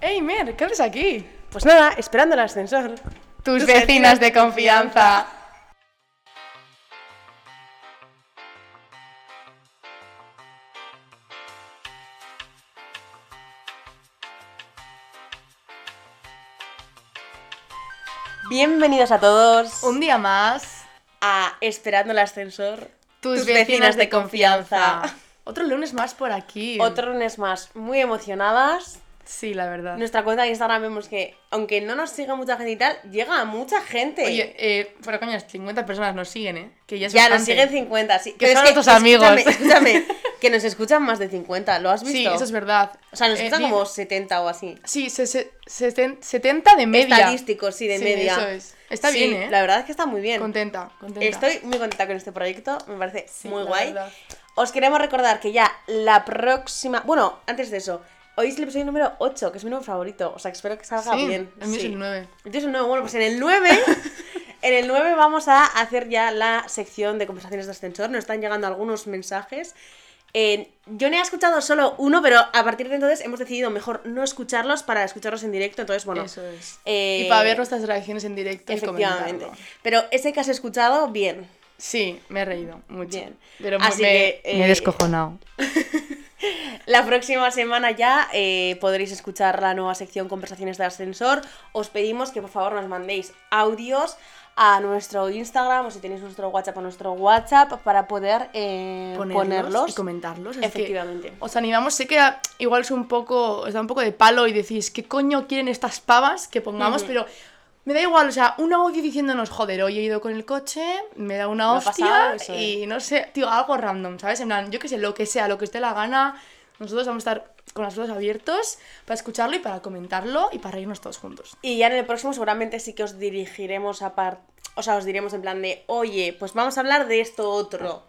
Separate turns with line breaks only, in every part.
¡Ey, Mer! ¿Qué haces aquí? Pues nada, esperando el ascensor.
Tus vecinas de confianza.
Bienvenidos a todos
Un día más.
a Ah, Esperando el ascensor.
Tus, vecinas de confianza.
confianza.
Otro lunes más por aquí.
Otro lunes más, muy emocionadas.
Sí, la verdad.
Nuestra cuenta de Instagram vemos que, aunque no nos siga mucha gente y tal, llega a mucha gente.
Oye, eh, fuera coñas, 50 personas nos siguen, ¿eh? Que ya, es
ya nos
bastante.
siguen 50, sí.
Que son nuestros amigos.
Escúchame, escúchame, que nos escuchan más de 50, ¿lo has visto?
Sí, eso es verdad.
O sea, nos
Eh,
escuchan
di-
como 70 o así.
Sí, se- se- seten- 70 de media.
Estadísticos, sí, de
Sí,
media.
eso es. Está
Sí,
bien, ¿eh?
La verdad es que está muy bien.
Contenta, contenta.
Estoy muy contenta con este proyecto, me parece
Sí,
muy
la
guay.
verdad.
Os queremos recordar que ya la próxima. Bueno, antes de eso, hoy es el episodio número 8, que es mi número favorito. O sea, que espero que salga
Sí,
bien.
el mío es
Sí.
el 9.
El tuyo es el 9. Bueno, pues en el 9. En el 9 vamos a hacer ya la sección de conversaciones de ascensor. Nos están llegando algunos mensajes. Eh, yo no he escuchado solo uno, pero a partir de entonces hemos decidido mejor no escucharlos para escucharlos en directo. Entonces, bueno.
Eso es.
eh,
Y para ver nuestras reacciones en directo y
Efectivamente.
comentarlo.
Pero ese que has escuchado, bien.
Sí, me he reído mucho.
Bien.
Pero
Así
me,
que,
me
eh,
he descojonado.
La próxima semana ya eh, podréis escuchar la nueva sección Conversaciones de Ascensor. Os pedimos que por favor nos mandéis audios a nuestro Instagram o si tenéis nuestro WhatsApp a nuestro WhatsApp para poder eh, ponerlos.
y comentarlos. es que
Efectivamente.
os animamos, sé que a- igual es un poco, os da un poco de palo y decís, ¿qué coño quieren estas pavas que pongamos?
Ujú.
Pero me da igual, o sea, un audio diciéndonos, joder, hoy he ido con el coche, me da una
Me ha pasado eso,
hostia y no sé, tío, algo random, ¿sabes? En plan, yo qué sé, lo que sea, lo que os dé la gana, nosotros vamos a estar con los ojos abiertos para escucharlo y para comentarlo y para reírnos todos juntos.
Y ya en el próximo seguramente sí que os dirigiremos a par... O sea, os diremos en plan de, oye, pues vamos a hablar de esto otro.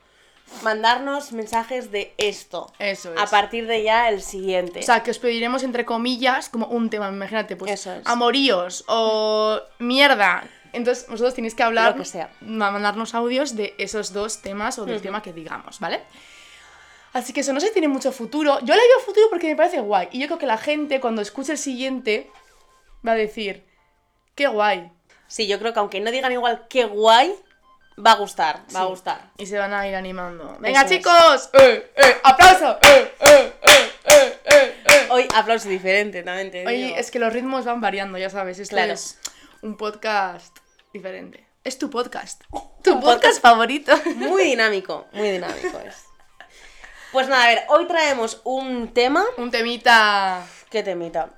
Mandarnos mensajes de esto.
Eso es.
A partir de ya el siguiente.
O sea, que os pediremos entre comillas como un tema, imagínate, pues
Eso es.
amoríos o mierda. Entonces, vosotros tenéis que hablar,
Lo que sea.
ma- mandarnos audios de esos dos temas o del tema que digamos, ¿vale? Así que eso no sé si tiene mucho futuro. Yo le veo futuro porque me parece guay. Y yo creo que la gente cuando escuche el siguiente va a decir, qué guay.
Sí, yo creo que aunque no digan igual qué guay, va a gustar, va a
Sí.
gustar.
Y se van a ir animando. Venga
es.
chicos, ¡Eh, eh! aplauso. ¡Eh, eh, eh, eh, eh, eh!
Hoy aplauso diferente, también te digo.
Oye, es que los ritmos van variando, ya sabes. Este
Claro.
es un podcast diferente. Es tu podcast.
tu
Tu
podcast
podcast, favorito.
Muy dinámico, muy dinámico es. Pues nada, a ver, hoy traemos un tema
Un temita.
que te invita.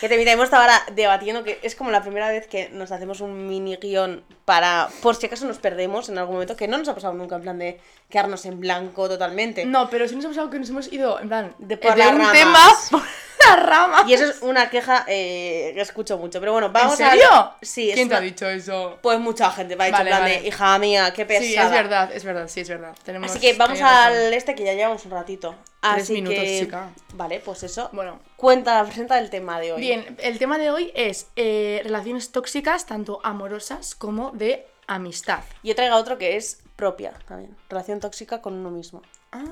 Que te invita. Hemos estado ahora debatiendo que es como la primera vez que nos hacemos un mini guión para, por si acaso nos perdemos en algún momento, que no nos ha pasado nunca en plan de quedarnos en blanco totalmente.
No, pero sí nos hemos pasado que nos hemos ido, en plan, eh,
De por las
un
ramas.
tema por la rama.
Y eso es una queja eh, que escucho mucho. Pero bueno, vamos
¿En serio?
a. Sí, es
¿Quién te ha
una-
dicho eso?
Pues mucha gente me ha dicho
Vale,
en plan de,
vale.
hija mía, qué pesada.
Sí, es verdad, es verdad, sí, es verdad. Tenemos,
Así que vamos
tenías razón.
al este que ya llevamos un ratito.
Tres
Así
minutos,
que...
chica.
Vale, pues eso.
Bueno.
Cuenta, presenta el tema de hoy.
Bien, el tema de hoy es eh, relaciones tóxicas, tanto amorosas como de amistad.
Yo traigo otro que es propia también. Relación tóxica con uno mismo.
Ah,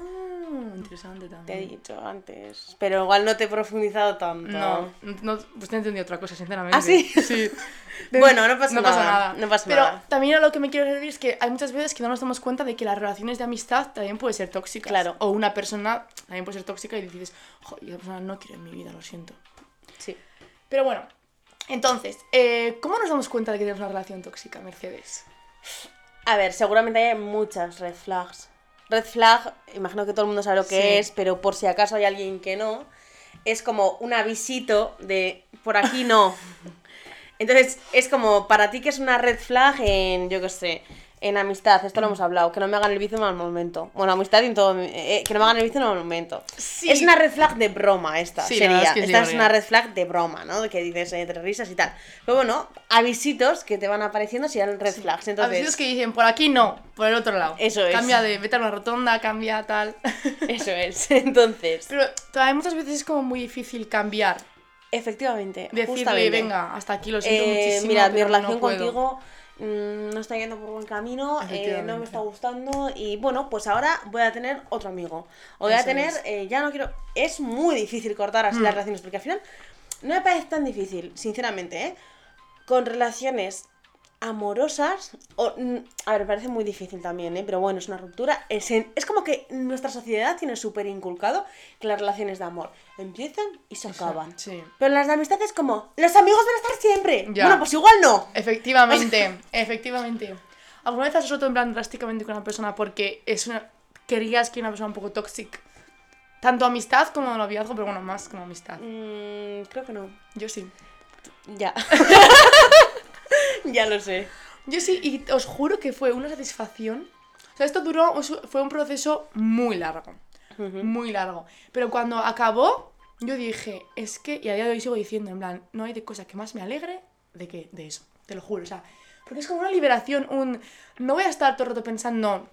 interesante también.
Te he dicho antes. Pero igual no te he profundizado tanto.
No, no, pues te he entendido otra cosa, sinceramente.
¿Ah, sí?
Sí.
Bueno, no pasa nada, no pasa
Pero
nada.
también a lo que me quiero referir es que hay muchas veces que no nos damos cuenta de que las relaciones de amistad también pueden ser tóxicas.
Claro.
O una persona también puede ser tóxica y dices, joder, esa persona no quiero en mi vida, lo siento.
Sí.
Pero bueno, entonces, eh, ¿cómo nos damos cuenta de que tenemos una relación tóxica, Mercedes?
A ver, seguramente hay muchas red flags. Red flag, imagino que todo el mundo sabe lo que
Sí.
es, pero por si acaso hay alguien que no, es como un avisito de por aquí no. Entonces, es como para ti que es una red flag en, yo qué sé, en amistad, esto lo hemos hablado, que no me hagan el vicio en mal momento. Bueno, amistad y en todo, eh, que no me hagan el vicio en mal momento.
Sí.
Es una red flag de broma esta,
Sí, la
sería.
verdad es que sí,
esta es
María.
una red flag de broma, ¿no? Que dices eh, entre risas y tal. Pero bueno, avisitos que te van apareciendo serán red flags.
A
Entonces,
veces que dicen, por aquí no, por el otro lado.
Eso es.
Cambia de, vete a una rotonda, cambia tal.
Eso es. Entonces,
Pero todavía muchas veces es como muy difícil cambiar
efectivamente.
decirle,
justamente.
venga, hasta aquí lo siento
Eh,
muchísimo.
mira, mi
pero no
relación
puedo".
contigo mm, no está yendo por buen camino, eh, no me
Efectivamente.
está gustando y bueno, pues ahora voy a tener otro amigo. O voy a
Eso
tener,
es.
eh, ya no quiero... Es muy difícil cortar así
Mm.
las relaciones porque al final No me parece tan difícil, sinceramente, ¿eh? Con relaciones amorosas, o, mm, a ver, me parece muy difícil también, ¿eh? Pero bueno, es una ruptura. Es, en- es como que nuestra sociedad tiene súper inculcado que las relaciones de amor empiezan y se acaban.
Sí.
Pero las de amistad es como, los amigos van a estar siempre.
Ya.
Bueno, pues igual no.
Efectivamente, efectivamente. ¿Alguna vez has roto en plan drásticamente con una persona porque es una... querías que era una persona un poco tóxica? Tanto amistad como noviazgo, pero bueno, más como amistad.
Mm, creo que no.
Yo sí.
Ya. ya lo sé.
Yo sí, y os juro que fue una satisfacción. O sea, esto duró, os- fue un proceso muy largo. Muy largo. Pero cuando acabó, yo dije, es que, y a día de hoy sigo diciendo, en plan, no hay de cosa que más me alegre de que de eso. Te lo juro, o sea, porque es como una liberación, un. No voy a estar todo el rato pensando,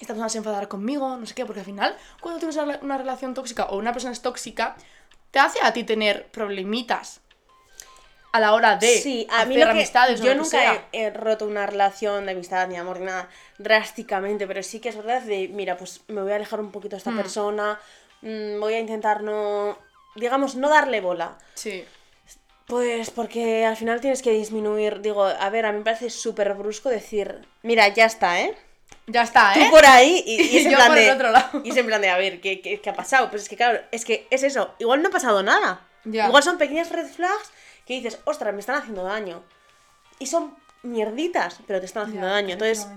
esta persona se enfadará conmigo, no sé qué, porque al final, cuando tienes una, una relación tóxica o una persona es tóxica, te hace a ti tener problemitas a la hora de
sí, a mí
hacer
lo que-
amistades o
yo
lo que
nunca
sea.
he- he, roto una relación de amistad ni amor ni nada drásticamente, pero sí que es verdad de, mira, pues me voy a alejar un poquito de esta
Mm.
persona, mm, voy a intentar no, digamos, no darle bola.
Sí.
Pues porque al final tienes que disminuir, digo, a ver, a mí me parece súper brusco decir, mira, ya está, ¿eh?
Ya está,
Tú
¿eh?
por ahí y, y es en
Yo
plan
por el
de-
otro lado.
Y es en plan de, a ver, ¿qué, qué, qué ha pasado? Pues es que, claro, es que es eso. Igual no ha pasado nada.
Ya.
Igual son pequeñas red flags que dices, ostras, me están haciendo daño. Y son mierditas, pero te están haciendo daño. Entonces,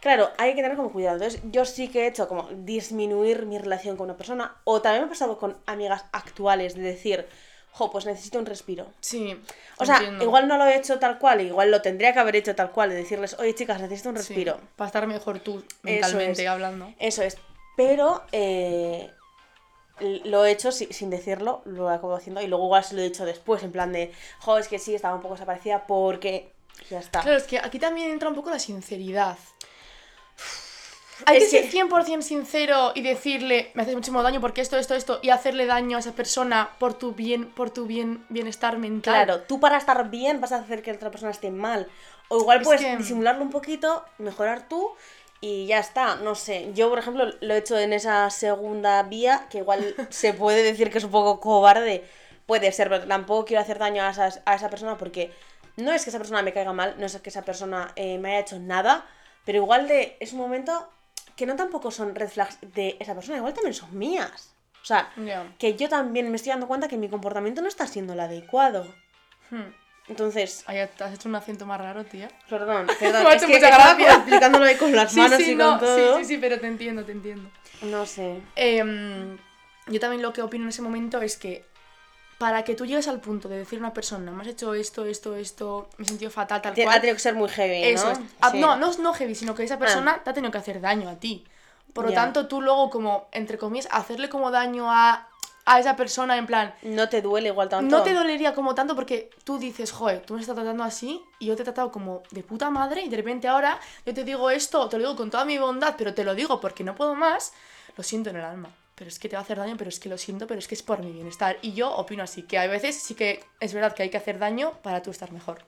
claro, hay que tener como cuidado. Entonces, yo sí que he hecho como disminuir mi relación con una persona. O también me ha pasado con amigas actuales de decir, jo, pues necesito un respiro.
Sí.
O sea,
entiendo.
igual no lo he hecho tal cual, igual lo tendría que haber hecho tal cual, de decirles, oye chicas, necesito un
Sí,
respiro.
para estar mejor tú mentalmente
es.
hablando.
Eso es. Pero eh, lo he hecho si- sin decirlo, lo he acabado haciendo. Y luego igual se lo he dicho después, en plan de, jo, es que sí, estaba un poco desaparecida porque ya está.
Claro, es que aquí también entra un poco la sinceridad. Hay
Es
que ser
que-
100% sincero y decirle, me haces muchísimo daño porque esto, esto, esto, y hacerle daño a esa persona por tu bien, por tu bien, bienestar mental.
Claro, tú para estar bien vas a hacer que la otra persona esté mal. O igual
Es
puedes
que-
disimularlo un poquito, mejorar tú y ya está. No sé, yo por ejemplo lo he hecho en esa segunda vía, que igual se puede decir que es un poco cobarde. Puede ser, pero tampoco quiero hacer daño a, esas- a esa persona porque no es que esa persona me caiga mal, no es que esa persona eh, me haya hecho nada, pero igual de, es un momento que no tampoco son red flags de esa persona, igual también son mías. O sea,
Ya.
que yo también me estoy dando cuenta que mi comportamiento no está siendo el adecuado.
Hmm.
Entonces,
Ay, te has hecho un acento más raro, tía.
perdón,
Me
perdón,
ha
es
hecho
que
mucha
estaba
gracia.
explicándolo ahí con las manos
sí, sí,
y
no,
con todo.
sí, sí, sí, pero te entiendo, te entiendo.
No sé.
Em, yo también lo que opino en ese momento es que para que tú llegues al punto de decir a una persona, me has hecho esto, esto, esto, me he sentido fatal, tal
Te-
cual.
Ha tenido que ser muy heavy,
Eso
¿no?
es. Ah,
Sí.
No, no es no heavy, sino que esa persona te ha tenido que hacer daño a ti. Por lo
Ya.
tanto, tú luego, como, entre comillas, hacerle como daño a, a esa persona, en plan,
No te duele igual tanto.
no te dolería como tanto porque tú dices, joder, tú me estás tratando así y yo te he tratado como de puta madre y de repente ahora yo te digo esto, te lo digo con toda mi bondad, pero te lo digo porque no puedo más, lo siento en el alma. Pero es que te va a hacer daño, pero es que lo siento, pero es que es por mi bienestar. Y yo opino así, que a veces sí que es verdad que hay que hacer daño para tú estar mejor.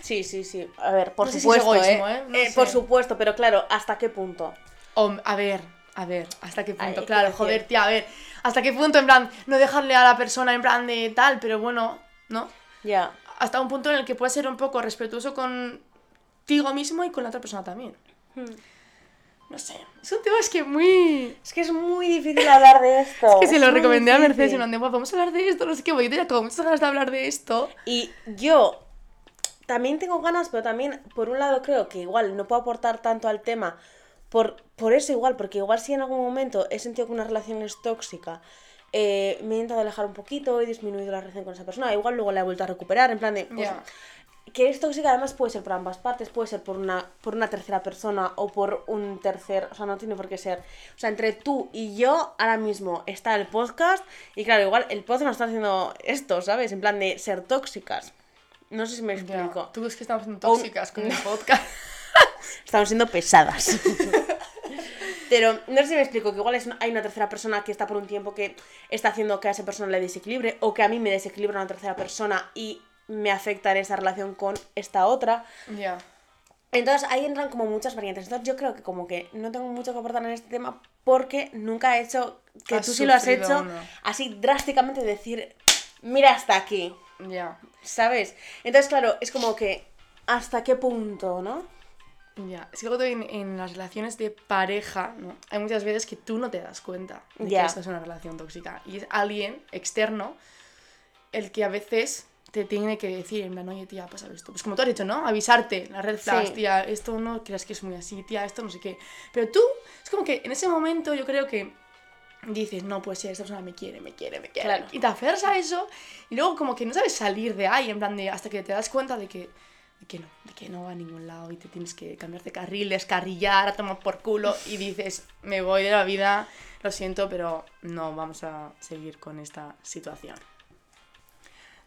Sí, sí, sí. A ver, por
No sé si es
supuesto,
egoísmo,
¿eh?
¿eh? No
Eh,
sé.
Por supuesto, pero claro, ¿hasta qué punto?
Hom- a ver, a ver, ¿hasta qué punto?
Ay,
claro,
quiero
joder,
decir-
tía, a ver, ¿hasta qué punto? En plan, no dejarle a la persona en plan de tal, pero bueno, ¿no?
Ya.
Hasta un punto en el que puedes ser un poco respetuoso contigo mismo y con la otra persona también. Hmm. No sé, es un tema es que muy...
Es que es muy difícil hablar de esto.
Que se lo
muy
recomendé a Mercedes
difícil.
en plan de, "Guau, vamos a hablar de esto, no sé qué, porque yo tenía como muchas ganas de hablar de esto.
Y yo también tengo ganas, pero también, por un lado, creo que igual no puedo aportar tanto al tema. Por, por eso igual, porque igual si en algún momento he sentido que una relación es tóxica, eh, me he intentado alejar un poquito, he disminuido la relación con esa persona, igual luego la he vuelto a recuperar, en plan de... pues,
Ya.
Que es tóxica además puede ser por ambas partes, puede ser por una, por una tercera persona o por un tercer, o sea, no tiene por qué ser. O sea, entre tú y yo ahora mismo está el podcast y claro, igual el podcast nos está haciendo esto, ¿sabes? En plan de ser tóxicas. No sé si me
Ya.
explico.
Tú es que estamos siendo tóxicas con el podcast.
Estamos siendo pesadas. Pero no sé si me explico, que igual es- hay una tercera persona que está por un tiempo que está haciendo que a esa persona le desequilibre o que a mí me desequilibra una tercera persona y me afecta en esa relación con esta otra.
Ya.
Entonces ahí entran como muchas variantes. Entonces yo creo que como que no tengo mucho que aportar en este tema porque nunca he hecho, que
Has
tú sí lo has
sufrido
hecho,
uno.
así drásticamente decir, mira hasta aquí.
Ya,
¿Sabes? Entonces, claro, es como que. ¿Hasta qué punto, no?
ya. Es que luego en, en las relaciones de pareja, ¿no? Hay muchas veces que tú no te das cuenta de
Ya.
que esta es una relación tóxica. Y es alguien externo el que a veces te tiene que decir, en plan, oye, tía, ha pasado esto. Pues como tú has dicho, ¿no? Avisarte, la red flash,
Sí.
tía, esto no creas que es muy así, tía, esto no sé qué. Pero tú, es como que en ese momento yo creo que dices, no, pues sí, esta persona me quiere, me quiere, me quiere.
Claro.
Y te aferras a eso y luego como que no sabes salir de ahí, en plan de hasta que te das cuenta de que, de que no, de que no va a ningún lado y te tienes que cambiar de carril, descarrillar, a tomar por culo y dices, me voy de la vida, lo siento, pero no vamos a seguir con esta situación.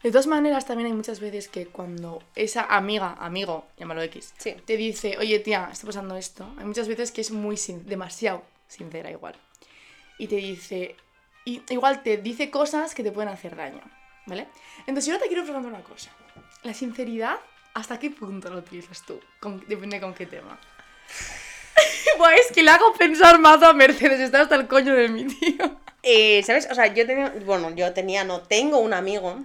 De todas maneras, también hay muchas veces que cuando esa amiga, amigo, llámalo X,
Sí.
te dice, oye tía, está pasando esto, hay muchas veces que es muy sin- demasiado sincera igual. Y te dice, y igual te dice cosas que te pueden hacer daño, ¿vale? Entonces yo ahora te quiero preguntar una cosa. La sinceridad, ¿hasta qué punto lo utilizas tú? Con- depende con qué tema. Buah, es que le hago pensar más a Mercedes, está hasta el coño de mi tío.
Eh, ¿Sabes? O sea, yo tenía. Bueno, yo tenía, no, tengo un amigo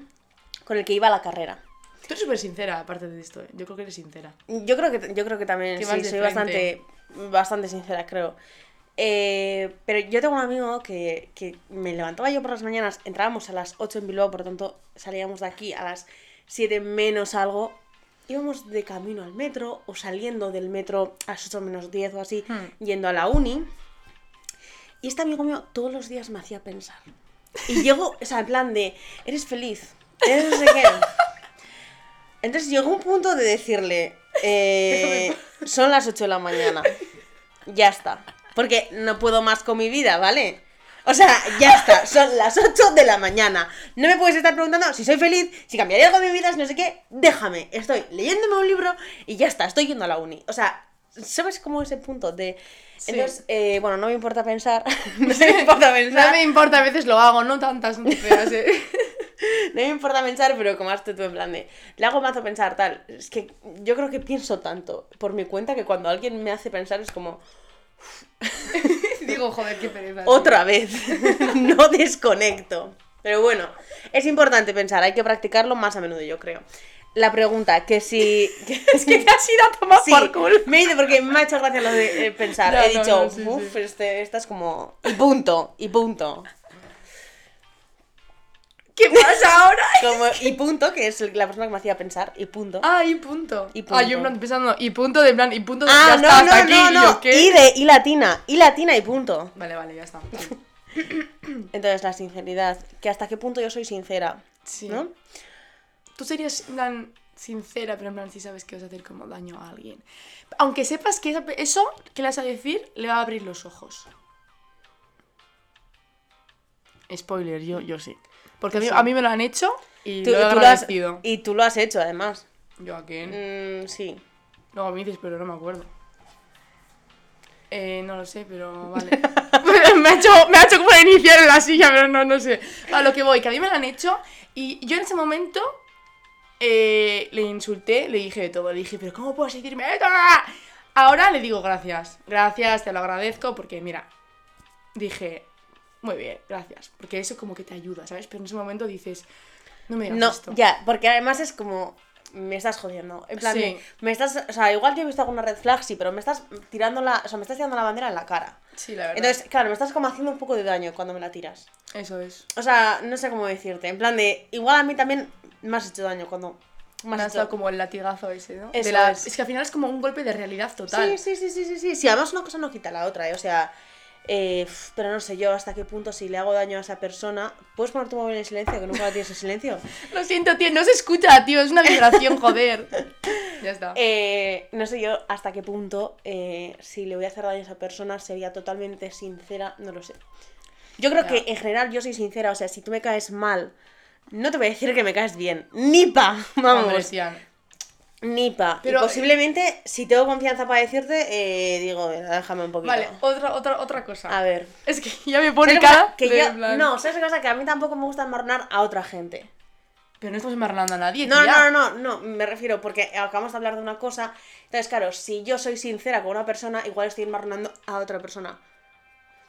con el que iba a la carrera.
Tú eres súper sincera, aparte de esto, ¿eh? yo creo que eres sincera.
Yo creo que, yo creo que también
Que
sí,
vas
soy
de
bastante, bastante sincera, creo. Eh, pero yo tengo un amigo que, que me levantaba yo por las mañanas, entrábamos a las 8 en Bilbao, por lo tanto salíamos de aquí a las 7 menos algo, íbamos de camino al metro o saliendo del metro a las 8 menos 10 o así,
Hmm.
yendo a la uni. Y este amigo mío todos los días me hacía pensar. Y llego, o sea, en plan de, eres feliz, eres no sé qué. Entonces llegó un punto de decirle, eh, son las 8 de la mañana, ya está, porque no puedo más con mi vida, ¿vale? O sea, ya está, son las 8 de la mañana. No me puedes estar preguntando si soy feliz, si cambiaría algo en mi vida, si no sé qué. Déjame, estoy leyéndome un libro y ya está, estoy yendo a la uni. O sea, ¿sabes cómo ese punto de...
Sí.
Entonces, eh, bueno, no me importa pensar, no me importa pensar.
No me importa, a veces lo hago, no tantas, no te creas, ¿eh?
No me importa pensar, pero como haste tú en plan de. Le hago mazo pensar tal. Es que yo creo que pienso tanto por mi cuenta que cuando alguien me hace pensar es como.
Digo, joder, qué pereza. tío.
Otra vez. no desconecto. Pero bueno, es importante pensar, hay que practicarlo más a menudo, yo creo. La pregunta, que si. que-
Es que te has ido a tomar
sí,
por culo.
Me he ido porque me ha hecho gracia lo de eh, pensar.
No,
He
no,
dicho,
no, sí,
uff,
sí.
este, esta es como. Y punto, y punto.
¿Qué pasa ahora?
Como, y punto, que es la persona que me hacía pensar, y punto.
Ah, y punto.
Y
Ah, yo
punto.
en plan pensando, y punto de plan, y punto de ya
Ah,
está,
no, no,
hasta aquí,
no,
y
no.
yo, ¿qué?
Y de y latina, y latina y punto.
Vale, vale, ya está. sí.
Entonces, la sinceridad, que hasta qué punto yo soy sincera,
Sí.
¿no?
Tú serías en plan sincera, pero en plan si sabes que vas a hacer como daño a alguien. Aunque sepas que esa pe- eso que le vas a decir le va a abrir los ojos. Spoiler, yo, yo sí. Porque a mí,
Sí.
a mí me lo han hecho y
Tú-
lo he
tú lo has-
agradecido.
y tú lo has hecho, además.
¿Yo a quién?
Mm, sí.
Luego me dices, pero no me acuerdo. Eh, no lo sé, pero vale. me, ha hecho, me ha hecho como la inicial en la silla, pero no, no sé. A lo que voy, que a mí me la han hecho. Y yo en ese momento eh, le insulté, le dije de todo. Le dije, pero ¿cómo puedes decirme esto? Ahora le digo gracias. Gracias, te lo agradezco, porque mira, dije, muy bien, gracias. Porque eso como que te ayuda, ¿sabes? Pero en ese momento dices, no me digas
No,
esto.
ya, porque además es como. Me estás jodiendo. En plan,
Sí.
de, me estás. O sea, igual yo he visto alguna red flag, sí, pero me estás tirando la. O sea, me estás tirando la bandera en la cara.
Sí, la verdad.
Entonces, claro, me estás como haciendo un poco de daño cuando me la tiras.
eso es.
O sea, no sé cómo decirte. En plan de. Igual a mí también me has hecho daño cuando.
Me has
hecho-
dado como el latigazo ese, ¿no? De
Eso
la-
es.
que al final es como un golpe de realidad total.
Sí, sí, sí, sí, sí, sí. Sí, además una cosa no quita la otra, ¿eh? O sea, eh, f- pero no sé yo hasta qué punto si le hago daño a esa persona. ¿Puedes poner tu móvil en silencio? Que nunca lo tienes en silencio.
Lo siento, tío, no se escucha, tío, es una vibración, joder. ya está.
Eh, no sé yo hasta qué punto eh, si le voy a hacer daño a esa persona sería totalmente sincera, no lo sé. Yo creo
Ya.
que en general yo soy sincera, o sea, si tú me caes mal, no te voy a decir que me caes bien. Ni pa, vamos.
Hombre, Sian.
Ni pa.
Pero- eh,
y posiblemente, si tengo confianza para decirte, eh, digo, "Venga, déjame un poquito.
Vale, otra, otra, otra cosa.
A ver.
Es que ya me pone
¿Sabes qué
cara
pasa? que
de
yo,
plan-
No, ¿sabes qué pasa? Que a mí tampoco me gusta enmarronar a otra gente.
Pero no estamos embarnando a nadie,
No, no,
tía.
no, no, no, me refiero porque acabamos de hablar de una cosa. Entonces, claro, si yo soy sincera con una persona, igual estoy enmarronando a otra persona.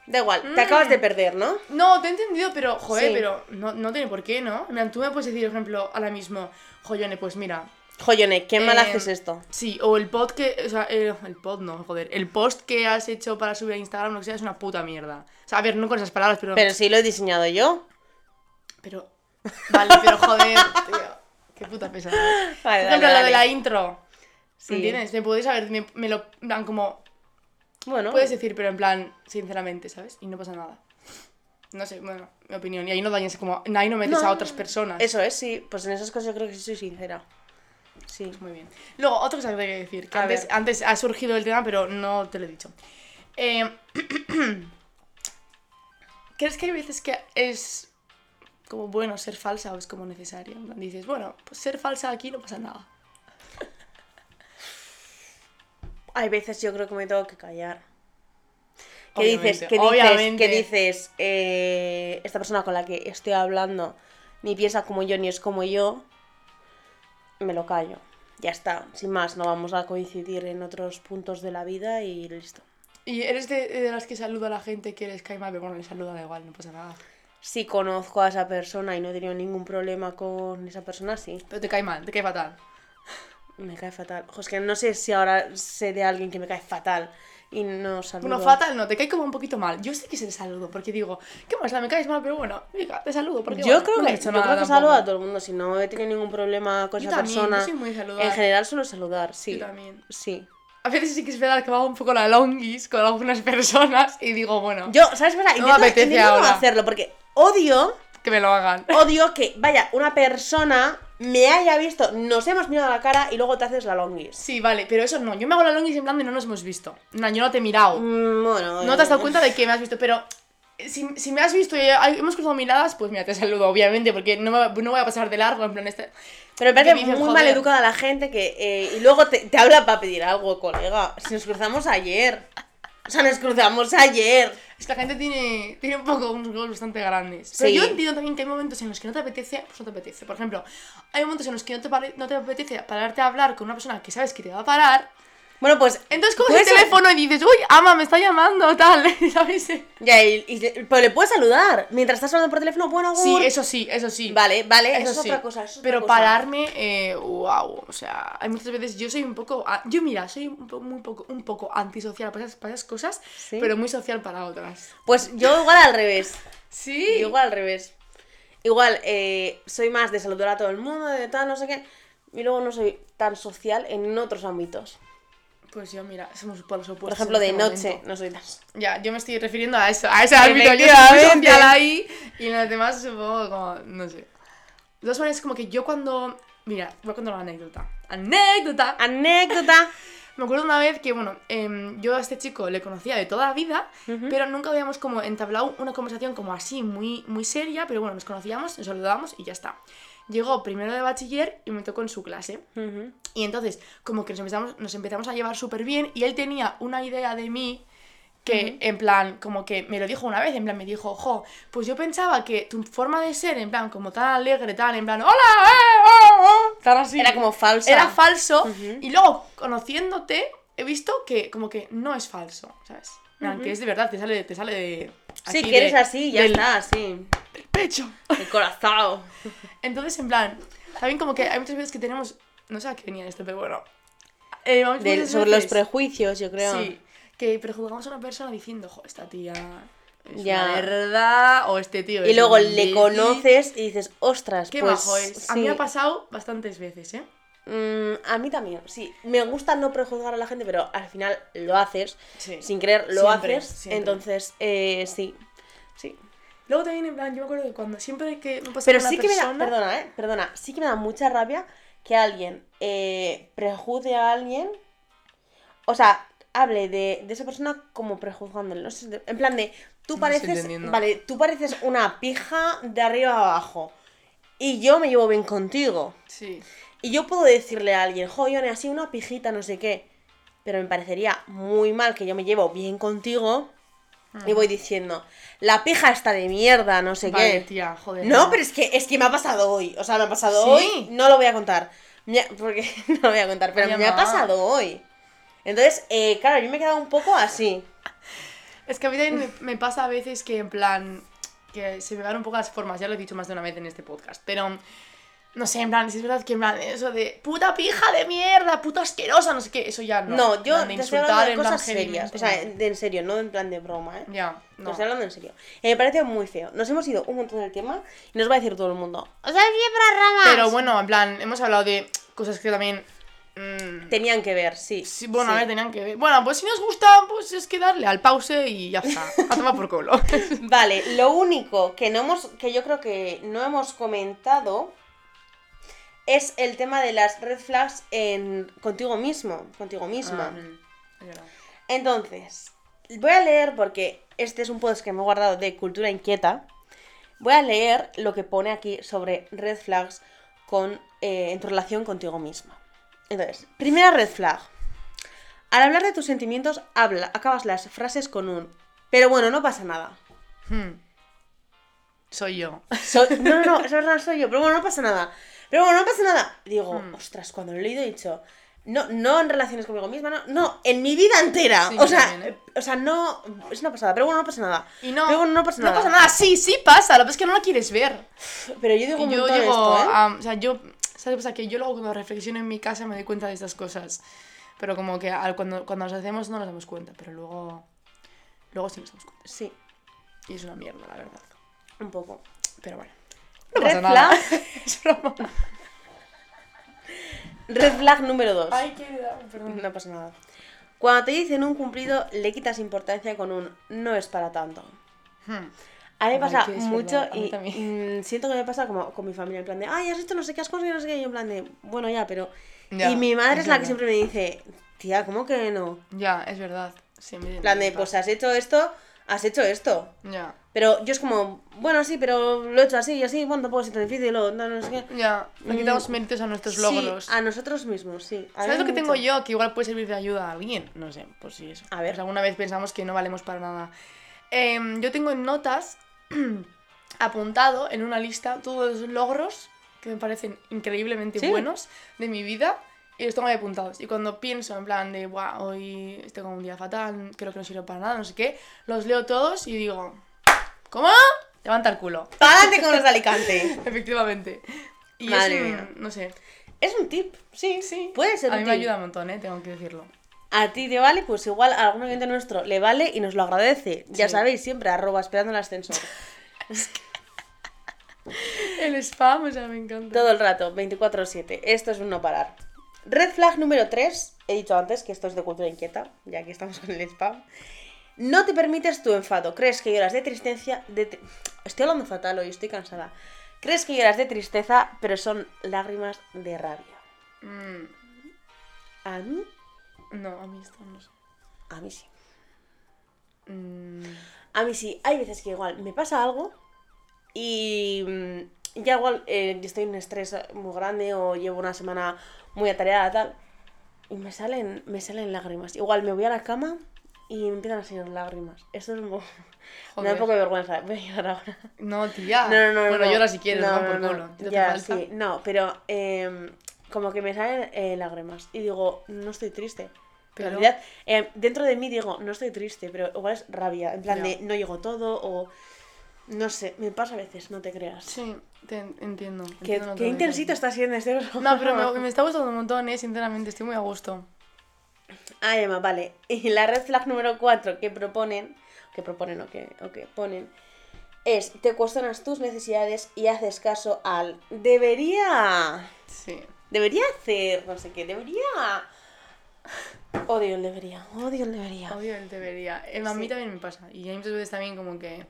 Da igual,
Mm.
te acabas de perder, ¿no?
No, te he entendido, pero, joder,
Sí.
pero no, no tiene por qué, ¿no? En plan, tú me puedes decir, por ejemplo, ahora mismo, joyone, pues mira,
Joyone, qué mal
Eh,
haces esto.
sí, o el pod que, o sea, el, el pod no, joder, el post que has hecho para subir a Instagram, lo que sea, es una puta mierda. O sea, a ver, no con esas palabras, pero...
Pero sí lo he diseñado yo.
pero- vale, pero joder, tío, qué puta pesada.
Vale,
Por
dale,
ejemplo, lo de
dale.
la intro.
Sí.
¿Me entiendes? Me podéis saber, me, me lo, en plan, como,
Bueno,
puedes decir, pero en plan, sinceramente, ¿sabes? Y no pasa nada. No sé, bueno, mi opinión. Y ahí no dañes, como, ahí no metes
No,
a otras personas.
eso es, sí. Pues en esas cosas yo creo que sí soy sincera. Sí.
Muy bien. Luego, otra cosa que tengo que decir, que
A
antes,
ver.
antes ha surgido el tema, pero no te lo he dicho. Eh, ¿Crees que hay veces que es como bueno ser falsa o es como necesario? En plan, Dices, bueno, pues ser falsa aquí no pasa nada.
Hay veces yo creo que me tengo que callar. ¿Qué
Obviamente,
dices? ¿Qué dices?
obviamente.
¿Qué dices? Eh, esta persona con la que estoy hablando ni piensa como yo ni es como yo. Me lo callo. Ya está. Sin más, no vamos a coincidir en otros puntos de la vida y listo.
¿Y eres de, de las que saluda a la gente que les cae mal? Pero bueno, les saluda da igual, no pasa nada.
Si conozco a esa persona y no he tenido ningún problema con esa persona, sí.
Pero te cae mal, te cae fatal.
Me cae fatal. Ojo, es que no sé si ahora sé de alguien que me cae fatal y no saludo.
Bueno, fatal no, te cae como un poquito mal. Yo sé que se le saludo porque digo, qué más da, me caes mal, pero bueno, venga, te saludo. Porque,
Yo
bueno,
creo
no
que,
he hecho
yo
nada
creo que
tampoco.
saludo a todo el mundo. Si no he tenido ningún problema con
Yo
esa
también,
persona.
yo soy muy saludada.
En general suelo saludar, sí.
Yo también.
Sí.
A veces sí que es verdad que me hago un poco la longis con algunas personas y digo, bueno,
Yo, ¿sabes? Verdad?
No me
Intento,
apetece
intento no
ahora.
hacerlo porque odio,
que me lo hagan.
odio que, vaya, una persona me haya visto, nos hemos mirado a la cara y luego te haces la longis.
Sí, vale, pero eso no. Yo me hago la longis en plan de no nos hemos visto. No, yo no te he mirado.
Mm, Bueno,
No te has dado
eh,
cuenta de que me has visto, pero si, si me has visto y hay- hemos cruzado miradas, pues mira, te saludo, obviamente, porque no, me- no voy a pasar de largo en plan este.
Pero me
que
parece
me dicen,
muy
"Joder".
mal educada la gente que. eh, y luego te, te habla para pedir algo, colega. Si nos cruzamos ayer. O sea, nos cruzamos ayer.
Es que la gente tiene, tiene un poco unos huevos bastante grandes. Pero
Sí.
yo entiendo también que hay momentos en los que no te apetece, pues no te apetece. Por ejemplo, hay momentos en los que no te, pare- no te apetece pararte a hablar con una persona que sabes que te va a parar
Bueno, pues.
Entonces coges
puedes-
el teléfono y dices, uy, ama, me está llamando, tal, ¿sabes? Sí,
Ya, y, y- pero le puedes saludar. Mientras estás hablando por teléfono, bueno, agur.
eso sí, eso sí.
Vale, vale,
eso
eso, es
sí.
otra cosa. eso es
Pero
otra cosa.
pararme, eh, wow, o sea, hay muchas veces yo soy un poco, a- yo mira, soy un poco, muy poco, un poco antisocial para esas, para esas cosas,
Sí.
pero muy social para otras.
Pues yo igual al revés.
Sí.
Yo igual al revés. Igual, eh, soy más de saludar a todo el mundo, de tal, no sé qué. Y luego no soy tan social en otros ámbitos.
Pues yo mira, somos polos opuestos.
Por ejemplo,
en
de
este
noche
momento.
no soy tan.
Ya, yo me estoy refiriendo a eso, a ese ámbito, yo soy muy
Efectivamente.
social ahí y en los demás supongo como, no sé. De todas maneras, como que yo cuando, mira, voy a contar una anécdota. Anécdota.
Ah. Anécdota.
Me acuerdo una vez que, bueno, em, yo a este chico le conocía de toda la vida, pero nunca habíamos como entablado una conversación como así, muy, muy seria, pero bueno, nos conocíamos, nos saludábamos y ya está. Llegó primero de bachiller y me tocó en su clase.
Ujú.
Y entonces, como que nos empezamos, nos empezamos a llevar súper bien y él tenía una idea de mí que, en plan, como que me lo dijo una vez, en plan, me dijo, jo, pues yo pensaba que tu forma de ser, en plan, como tan alegre, tan, en plan, hola, eh, oh, oh", tan así.
Era como falsa.
Era falso.
Ujú.
Y luego, conociéndote, he visto que como que no es falso, ¿sabes? En plan, Que es de verdad, te sale, te sale de...
Sí,
aquí
que eres
de-
así, ya
del
está, sí.
pecho.
El corazón.
Entonces, en plan, también como que hay muchas veces que tenemos... No sé a qué venía esto, pero bueno. Eh, muchas
Del-
veces-
sobre los prejuicios, yo creo.
Sí, que prejuzgamos a una persona diciendo, jo, esta tía... Es
Ya.
una verdad, o este tío
Y
es
luego
un
le
bici".
conoces y dices, ostras,
Qué
pues.
bajo es. A
sí.
mí me ha pasado bastantes veces, ¿eh?
Mm, a mí también, sí. Me gusta no prejuzgar a la gente, pero al final lo haces.
Sí.
Sin querer, lo
Siempre,
haces.
siempre.
Entonces, eh, sí. Sí.
Luego también, en plan, yo me acuerdo que cuando siempre que me pasa
Pero
con
sí
una
que
persona...
me da. Perdona, eh. Perdona. Sí que me da mucha rabia que alguien eh, prejuzgue a alguien. O sea, hable de, de esa persona como prejuzgándole. no sé, de- en plan de. Tú
No estoy
pareces.
entendiendo.
Vale, tú pareces una pija de arriba a abajo. Y yo me llevo bien contigo.
Sí.
Y yo puedo decirle a alguien, jo, Ione, así una pijita, no sé qué. Pero me parecería muy mal que yo me llevo bien contigo
Mm.
y voy diciendo, la pija está de mierda, no sé
Vale,
qué.
tía, joder.
No, pero es que, es que me ha pasado hoy. O sea, me ha pasado
¿Sí?
hoy. No lo voy a contar. Me ha- porque no lo voy a contar, pero
Ay,
me ha
mamá.
pasado hoy. Entonces, eh, claro, yo me he quedado un poco así.
Es que a mí también me, me pasa a veces que en plan, que se me van un poco las formas, ya lo he dicho más de una vez en este podcast, pero no sé, en plan, si es verdad que en plan, eso de puta pija de mierda, puta asquerosa, no sé qué, eso ya no.
No, yo
En plan
te estoy hablando de
en plan,
cosas
heavy,
serias. O
no sé.
sea, de en serio, no en plan de broma, ¿eh?
ya,
No.
no.
Estoy hablando en serio. Eh, me parece muy feo. Nos hemos ido un montón del tema y nos va a decir todo el mundo. ¡Os habéis ido por las ramas!
Pero bueno, en plan, hemos hablado de cosas que también. mm,
Tenían que ver, sí.
sí, bueno, a
Sí.
ver, tenían que ver. Bueno, pues si nos gusta, pues es que darle al pause y ya está. A tomar por culo.
Vale, lo único que no hemos, que yo creo que no hemos comentado es el tema de las red flags en contigo mismo, contigo
Ah,
misma.
mm,
Entonces, voy a leer porque este es un post que me he guardado de Cultura Inquieta. Voy a leer lo que pone aquí sobre red flags con, eh, en tu relación contigo misma. Entonces, primera red flag. Al hablar de tus sentimientos, habla, acabas las frases con un pero bueno, no pasa nada.
Hmm. Soy yo.
So- no, no, no, es verdad, soy yo. Pero bueno, no pasa nada. Pero bueno, no pasa nada. Digo,
Hmm.
ostras, cuando lo he leído he dicho, no, no en relaciones conmigo misma, no, no, en mi vida entera.
Sí,
o
yo
sea,
también, ¿eh?
o sea, no, es una pasada. Pero bueno, no pasa nada.
Y no.
pero bueno, no pasa
No
nada.
pasa nada, sí, sí pasa, lo que es que no lo quieres ver.
Pero yo digo
Y
un
yo
montón
digo,
esto, ¿eh?
am, o sea, yo, ¿sabes? O sea, que yo luego cuando reflexiono en mi casa me doy cuenta de estas cosas. Pero como que al- cuando, cuando las hacemos no nos damos cuenta, pero luego, luego sí nos damos cuenta.
Sí,
Y es una mierda, la verdad.
un poco.
Pero bueno.
Red
Es broma.
Red flag número 2.
qué perdón.
No pasa nada. Cuando te dicen un cumplido, le quitas importancia con un no es para tanto.
Hmm.
A mí me
Ay,
pasa
que es
mucho
verdad, a mí
y
también.
mm, siento que me pasa como con mi familia, en plan de, ay, has hecho no sé qué, has conseguido no sé qué, y yo en plan de, bueno, ya, pero...
Ya,
y mi madre
es
es la que
verdad.
siempre me dice, tía, ¿cómo que no?
Ya, es verdad. Sí, me
En plan de, pues has hecho esto, has hecho esto.
Ya.
Pero yo es como, bueno, sí, pero lo he hecho así y así, bueno, tampoco es tan difícil, o no, no sé qué.
Ya. Le
Mm,
quitamos méritos a nuestros
Sí,
logros.
a nosotros mismos, sí. A
¿Sabes
mí
lo que
mucho.
tengo yo? Que igual puede servir de ayuda a alguien. No sé, por si eso.
A ver.
Pues alguna vez pensamos que no valemos para nada. Em, yo tengo en notas apuntado en una lista todos los logros que me parecen increíblemente
¿Sí?
buenos de mi vida y los tengo ahí apuntados. Y cuando pienso en plan de, wow, hoy tengo un día fatal, creo que no sirve para nada, no sé qué, los leo todos y digo, ¿cómo? Levanta el culo.
¡Párate con los de Alicante!
Efectivamente. Y
Madre
es un-
mía.
no sé.
es un tip, sí,
Sí.
Puede ser
A
un
mí
tip.
me ayuda un montón, ¿eh? Tengo que decirlo.
A ti te vale, pues igual a algún oyente nuestro le vale y nos lo agradece. Ya
Sí.
sabéis, siempre arroba esperando el ascensor.
El spam, o sea, me encanta.
Todo el rato, 24-7. Esto es un no parar. Red flag número 3. He dicho antes que esto es de cultura inquieta, ya que estamos con el spam. No te permites tu enfado. ¿Crees que lloras de tristeza? De tri- Estoy hablando fatal hoy, estoy cansada. ¿Crees que lloras de tristeza, pero son lágrimas de rabia?
Mm,
A mí,
no, a mí esto no sé.
a mí sí.
Mm,
A mí sí, hay veces que igual me pasa algo y mm, ya igual eh, estoy en un estrés muy grande o llevo una semana muy atareada tal y me salen, me salen lágrimas. Igual me voy a la cama y me empiezan a salir lágrimas. Esto es un poco... Me da
Joder.
un poco de vergüenza, voy a llorar ahora.
no, tía.
No, no, no.
Bueno,
no.
llora si quieres,
No,
no, por
no,
culo.
no.
¿Te hace
Ya,
falta?
sí, no, pero eh, como que me salen eh, lágrimas y digo, no estoy triste. Pero en
Pero-
realidad, eh, dentro de mí digo, no estoy triste, pero igual es rabia, en plan
Ya.
de no llego todo o no sé, me pasa a veces, no te creas.
Sí, te en- entiendo.
Qué,
entiendo lo
qué
que me
intensito
dices.
está siendo este programa.
No, pero me, me está gustando un montón, eh, sinceramente, estoy muy a gusto.
Ah, Emma, vale. Y la red flag número 4 que proponen, que proponen o que, o que ponen, es te cuestionas tus necesidades y haces caso al debería.
Sí.
Debería hacer, no sé qué, debería. Odio el debería, odio el debería.
Obvio, él debería. Eh, a mí
Sí.
también me pasa. Y hay muchas veces también como que...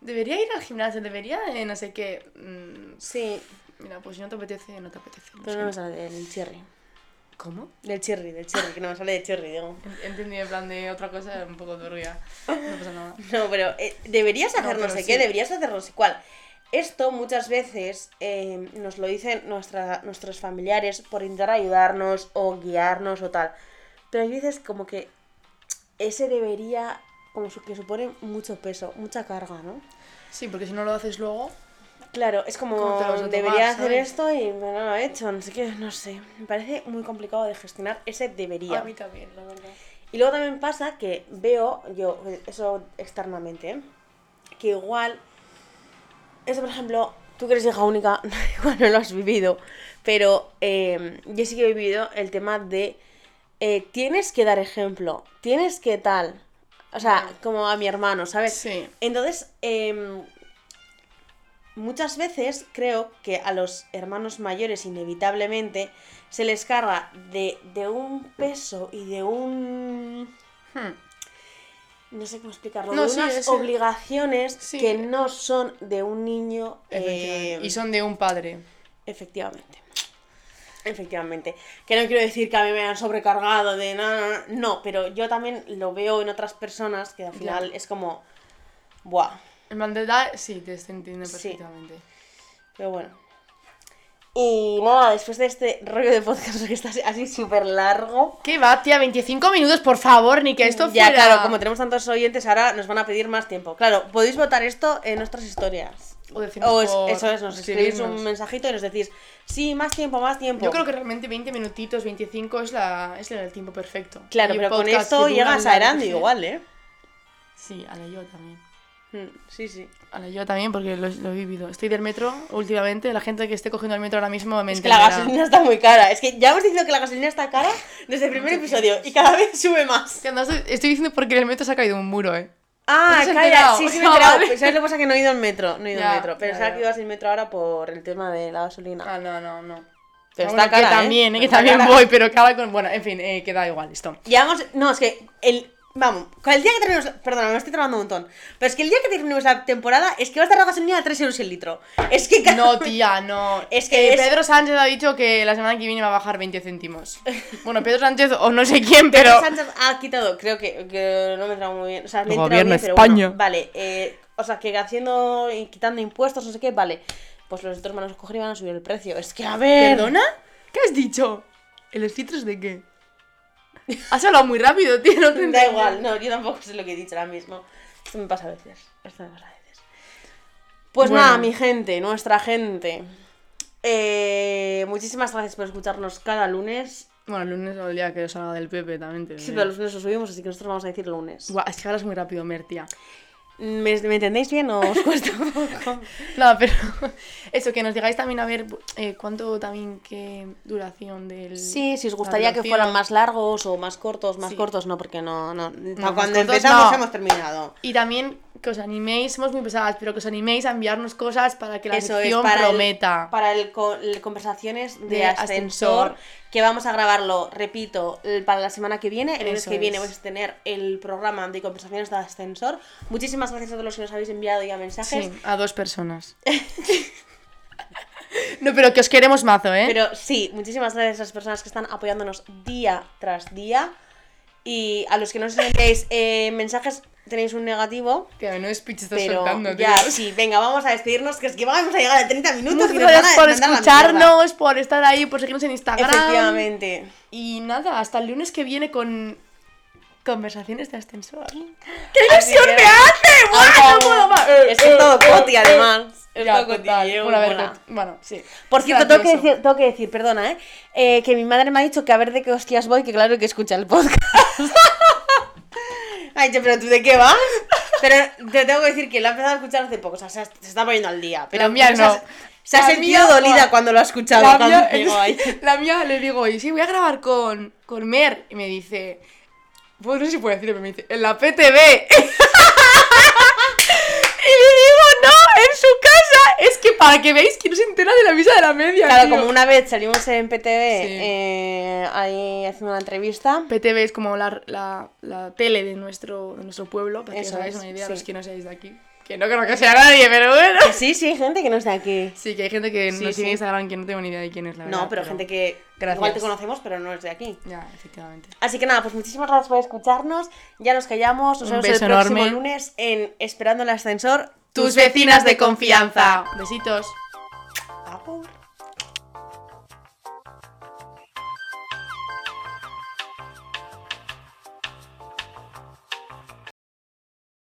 Debería ir al gimnasio, debería, eh, no sé qué. Mm,
Sí,
mira, pues si no te apetece, no te apetece. no
pero
sé.
no me sale del cherry.
¿Cómo?
Del cherry, del cherry, que no me sale de cherry, digo.
Ent- Entendí, en plan de otra cosa un poco turbia. No pasa nada.
No, pero eh, deberías hacer no,
pero
sé
sí.
qué, deberías hacer no sé cuál. Esto muchas veces eh, nos lo dicen nuestra- nuestros familiares por intentar ayudarnos o guiarnos o tal. Pero hay veces como que ese debería, como su- que supone mucho peso, mucha carga, ¿no?
Sí, porque si no lo haces luego,
Claro, es como
¿Cómo te lo vas a tomar,
debería hacer
sabes?
esto y no lo he hecho, no sé qué, no sé. Me parece muy complicado de gestionar ese debería.
también, la verdad.
Y luego también pasa que veo, yo, eso externamente, ¿eh? que igual, eso por ejemplo, tú que eres hija única, igual no lo has vivido, pero eh, yo sí que he vivido el tema de eh, tienes que dar ejemplo, tienes que tal. O sea, como a mi hermano, ¿sabes?
Sí.
Entonces, em, muchas veces creo que a los hermanos mayores inevitablemente se les carga de, de un peso y de un...
Hmm.
No sé cómo explicarlo.
No,
de
sí,
unas
es-
obligaciones
sí.
que no son de un niño... eh,
Efectivamente. Y son de un padre.
Efectivamente. Efectivamente. Que no quiero decir que a mí me han sobrecargado de no, no, no, no, pero yo también lo veo en otras personas que al final es como... Buah.
En bandera, sí, te te entiendo
Sí.
perfectamente.
Pero bueno. Y nada, después de este rollo de podcast que está así- así súper largo.
¿Qué va, tía? 25 minutos, por favor, ni que esto
ya,
fuera...
claro, como tenemos tantos oyentes, ahora nos van a pedir más tiempo. Claro, podéis votar esto en nuestras historias.
O decirnos
O Oh, es-
por
eso es, nos escribís
escribirnos.
un mensajito y nos decís, sí, más tiempo, más tiempo.
Yo creo que realmente 20 minutitos, 25 es, la, es el tiempo perfecto.
Claro,
Y un
pero con
podcast que
esto
dura
llegas
una
a Erandi
hora,
igual, ¿eh?
Sí, a la yo también.
Mm, Sí, sí.
A la yo también, porque lo, lo he vivido. Estoy del metro últimamente, la gente que esté cogiendo el metro ahora mismo me
Es que la
entenderá.
gasolina está muy cara. Es que ya hemos dicho que la gasolina está cara desde el primer episodio y cada vez sube más.
Hostia, no estoy, estoy diciendo porque el metro se ha caído un muro, ¿eh?
Ah,
¿No te has
calla,
enterado?
sí, sí me he
No,
enterado.
vale.
Pero ¿Sabes lo que pasa? Que no he ido en metro. No he ido
Ya,
en metro.
ya,
Pensaba
ya.
que ibas en metro ahora por el tema de la gasolina.
Ah, no, no, no.
Pero
Ah,
está
bueno,
cara,
que
¿eh?
también, ¿eh? que
Está
también
cara.
voy, pero acaba con... Bueno, en fin, eh, que da igual, listo.
Llevamos. No, es que. El... Vamos, con el día que terminemos. la- Perdona, me estoy trabando un montón. Pero es que el día que terminemos la temporada es que va a estar la gasolina a 3 euros el litro. Es que. cada-
No, tía, no.
Es que
Eh,
es-
Pedro Sánchez ha dicho que la semana que viene va a bajar 20 céntimos. Bueno, Pedro Sánchez o no sé quién, pero.
Sánchez ha quitado, creo que, que no me he enterado muy bien. O sea, me he
El
enterado
gobierno
bien, pero
España.
bueno, vale, eh, o sea, que haciendo y quitando impuestos, no sé qué, vale. Pues los otros van a coger y van a subir el precio. Es que, a ver.
¿Perdona? ¿Qué has dicho? ¿En los citros de qué? Has hablado muy rápido, tío. No
Da
te entiendo.
igual, no, yo tampoco sé lo que he dicho ahora mismo. Esto me pasa a veces. Esto me pasa a veces. Pues
Bueno.
nada, mi gente, nuestra gente. Eh, muchísimas gracias por escucharnos cada lunes.
Bueno, el lunes no el día que salga del Pepe también. Te
Sí,
diré.
pero los lunes lo subimos, así que nosotros vamos a decir lunes.
Buah, es que hablas muy rápido, Mer, tía.
¿Me, me entendéis bien o os cuesta un poco?
Nada, pero. Eso, que nos digáis también a ver eh, cuánto también, qué duración del.
Sí, si os
la
gustaría que
duración.
fueran más largos o más cortos, más
Sí.
cortos no, porque no, no.
más
cuando
cortos,
empezamos
no.
hemos terminado.
Y también que os animéis, somos muy pesadas, pero que os animéis a enviarnos cosas para que la
Eso es
sección
para el-
prometa.
Para el, co- el conversaciones de,
De
ascensor,
ascensor.
que vamos a grabarlo, repito, el- para la semana que viene. El lunes
Eso
que viene
es.
vais a tener el programa de conversaciones de ascensor. Muchísimas gracias a todos los que nos habéis enviado ya mensajes.
Sí, a dos personas. no, pero que os queremos mazo, ¿eh?
Pero sí, muchísimas gracias a las personas que están apoyándonos día tras día. Y a los que no os enviáis eh, mensajes, tenéis un negativo.
Tía, no speech estás
Pero
soltando,
ya,
tío.
sí, venga, vamos a despedirnos, que es que vamos a llegar a 30 minutos. que
Muchas
nos van
gracias
a
por
mandar la mierda.
escucharnos, por estar ahí, por seguirnos en Instagram.
Efectivamente.
Y nada, hasta el lunes que viene con conversaciones de ascensor.
¡Qué
ilusión Eh, me hace! ¡Guau, no puedo más!
Es que es todo coti, además. Es
Ya,
todo coti,
total.
eh,
Bueno, a ver,
mola.
cot- bueno, sí.
Por cierto, tengo que,
Gracioso.
decir, tengo que decir, perdona, ¿eh? Eh, Que mi madre me ha dicho que a ver de qué hostias voy, que claro que escucha el podcast. Ay, yo, pero ¿tú de qué vas? Pero te tengo que decir que lo ha empezado a escuchar hace poco, o sea, se, ha- se está poniendo al día. Pero
La mía
se ha-
no.
Se ha
La
sentido
mía no.
dolida cuando lo ha escuchado.
la,
cuando
mía,
llegó ahí.
la mía le digo, y sí, voy a grabar con, con Mer. Y me dice, pues no sé si puedo decirlo, pero me dice, en la PTV. y le digo, no, en su casa. Es que para que veáis que no se entera de la misa de la media.
Claro,
tío.
como una vez salimos en PTV
Sí.
eh, ahí haciendo una entrevista.
PTV es como la, la, la tele de nuestro, de nuestro pueblo, para que
Eso
os hagáis
es,
una idea,
sí.
los que no seáis de aquí. Que no creo que sea nadie, pero bueno.
Que Sí, sí, gente que no está aquí.
Sí, que hay gente que
Sí,
nos sigue
sí.
en Instagram que no tengo ni idea de quién es la verdad.
No, pero gente que
Gracias.
igual te conocemos, pero no es de aquí.
Ya, efectivamente.
Así que nada, pues muchísimas gracias por escucharnos. Ya nos callamos. Nos
Un
vemos el
beso
próximo
enorme.
lunes en Esperando el Ascensor.
Tus vecinas de confianza. Besitos.
Agur.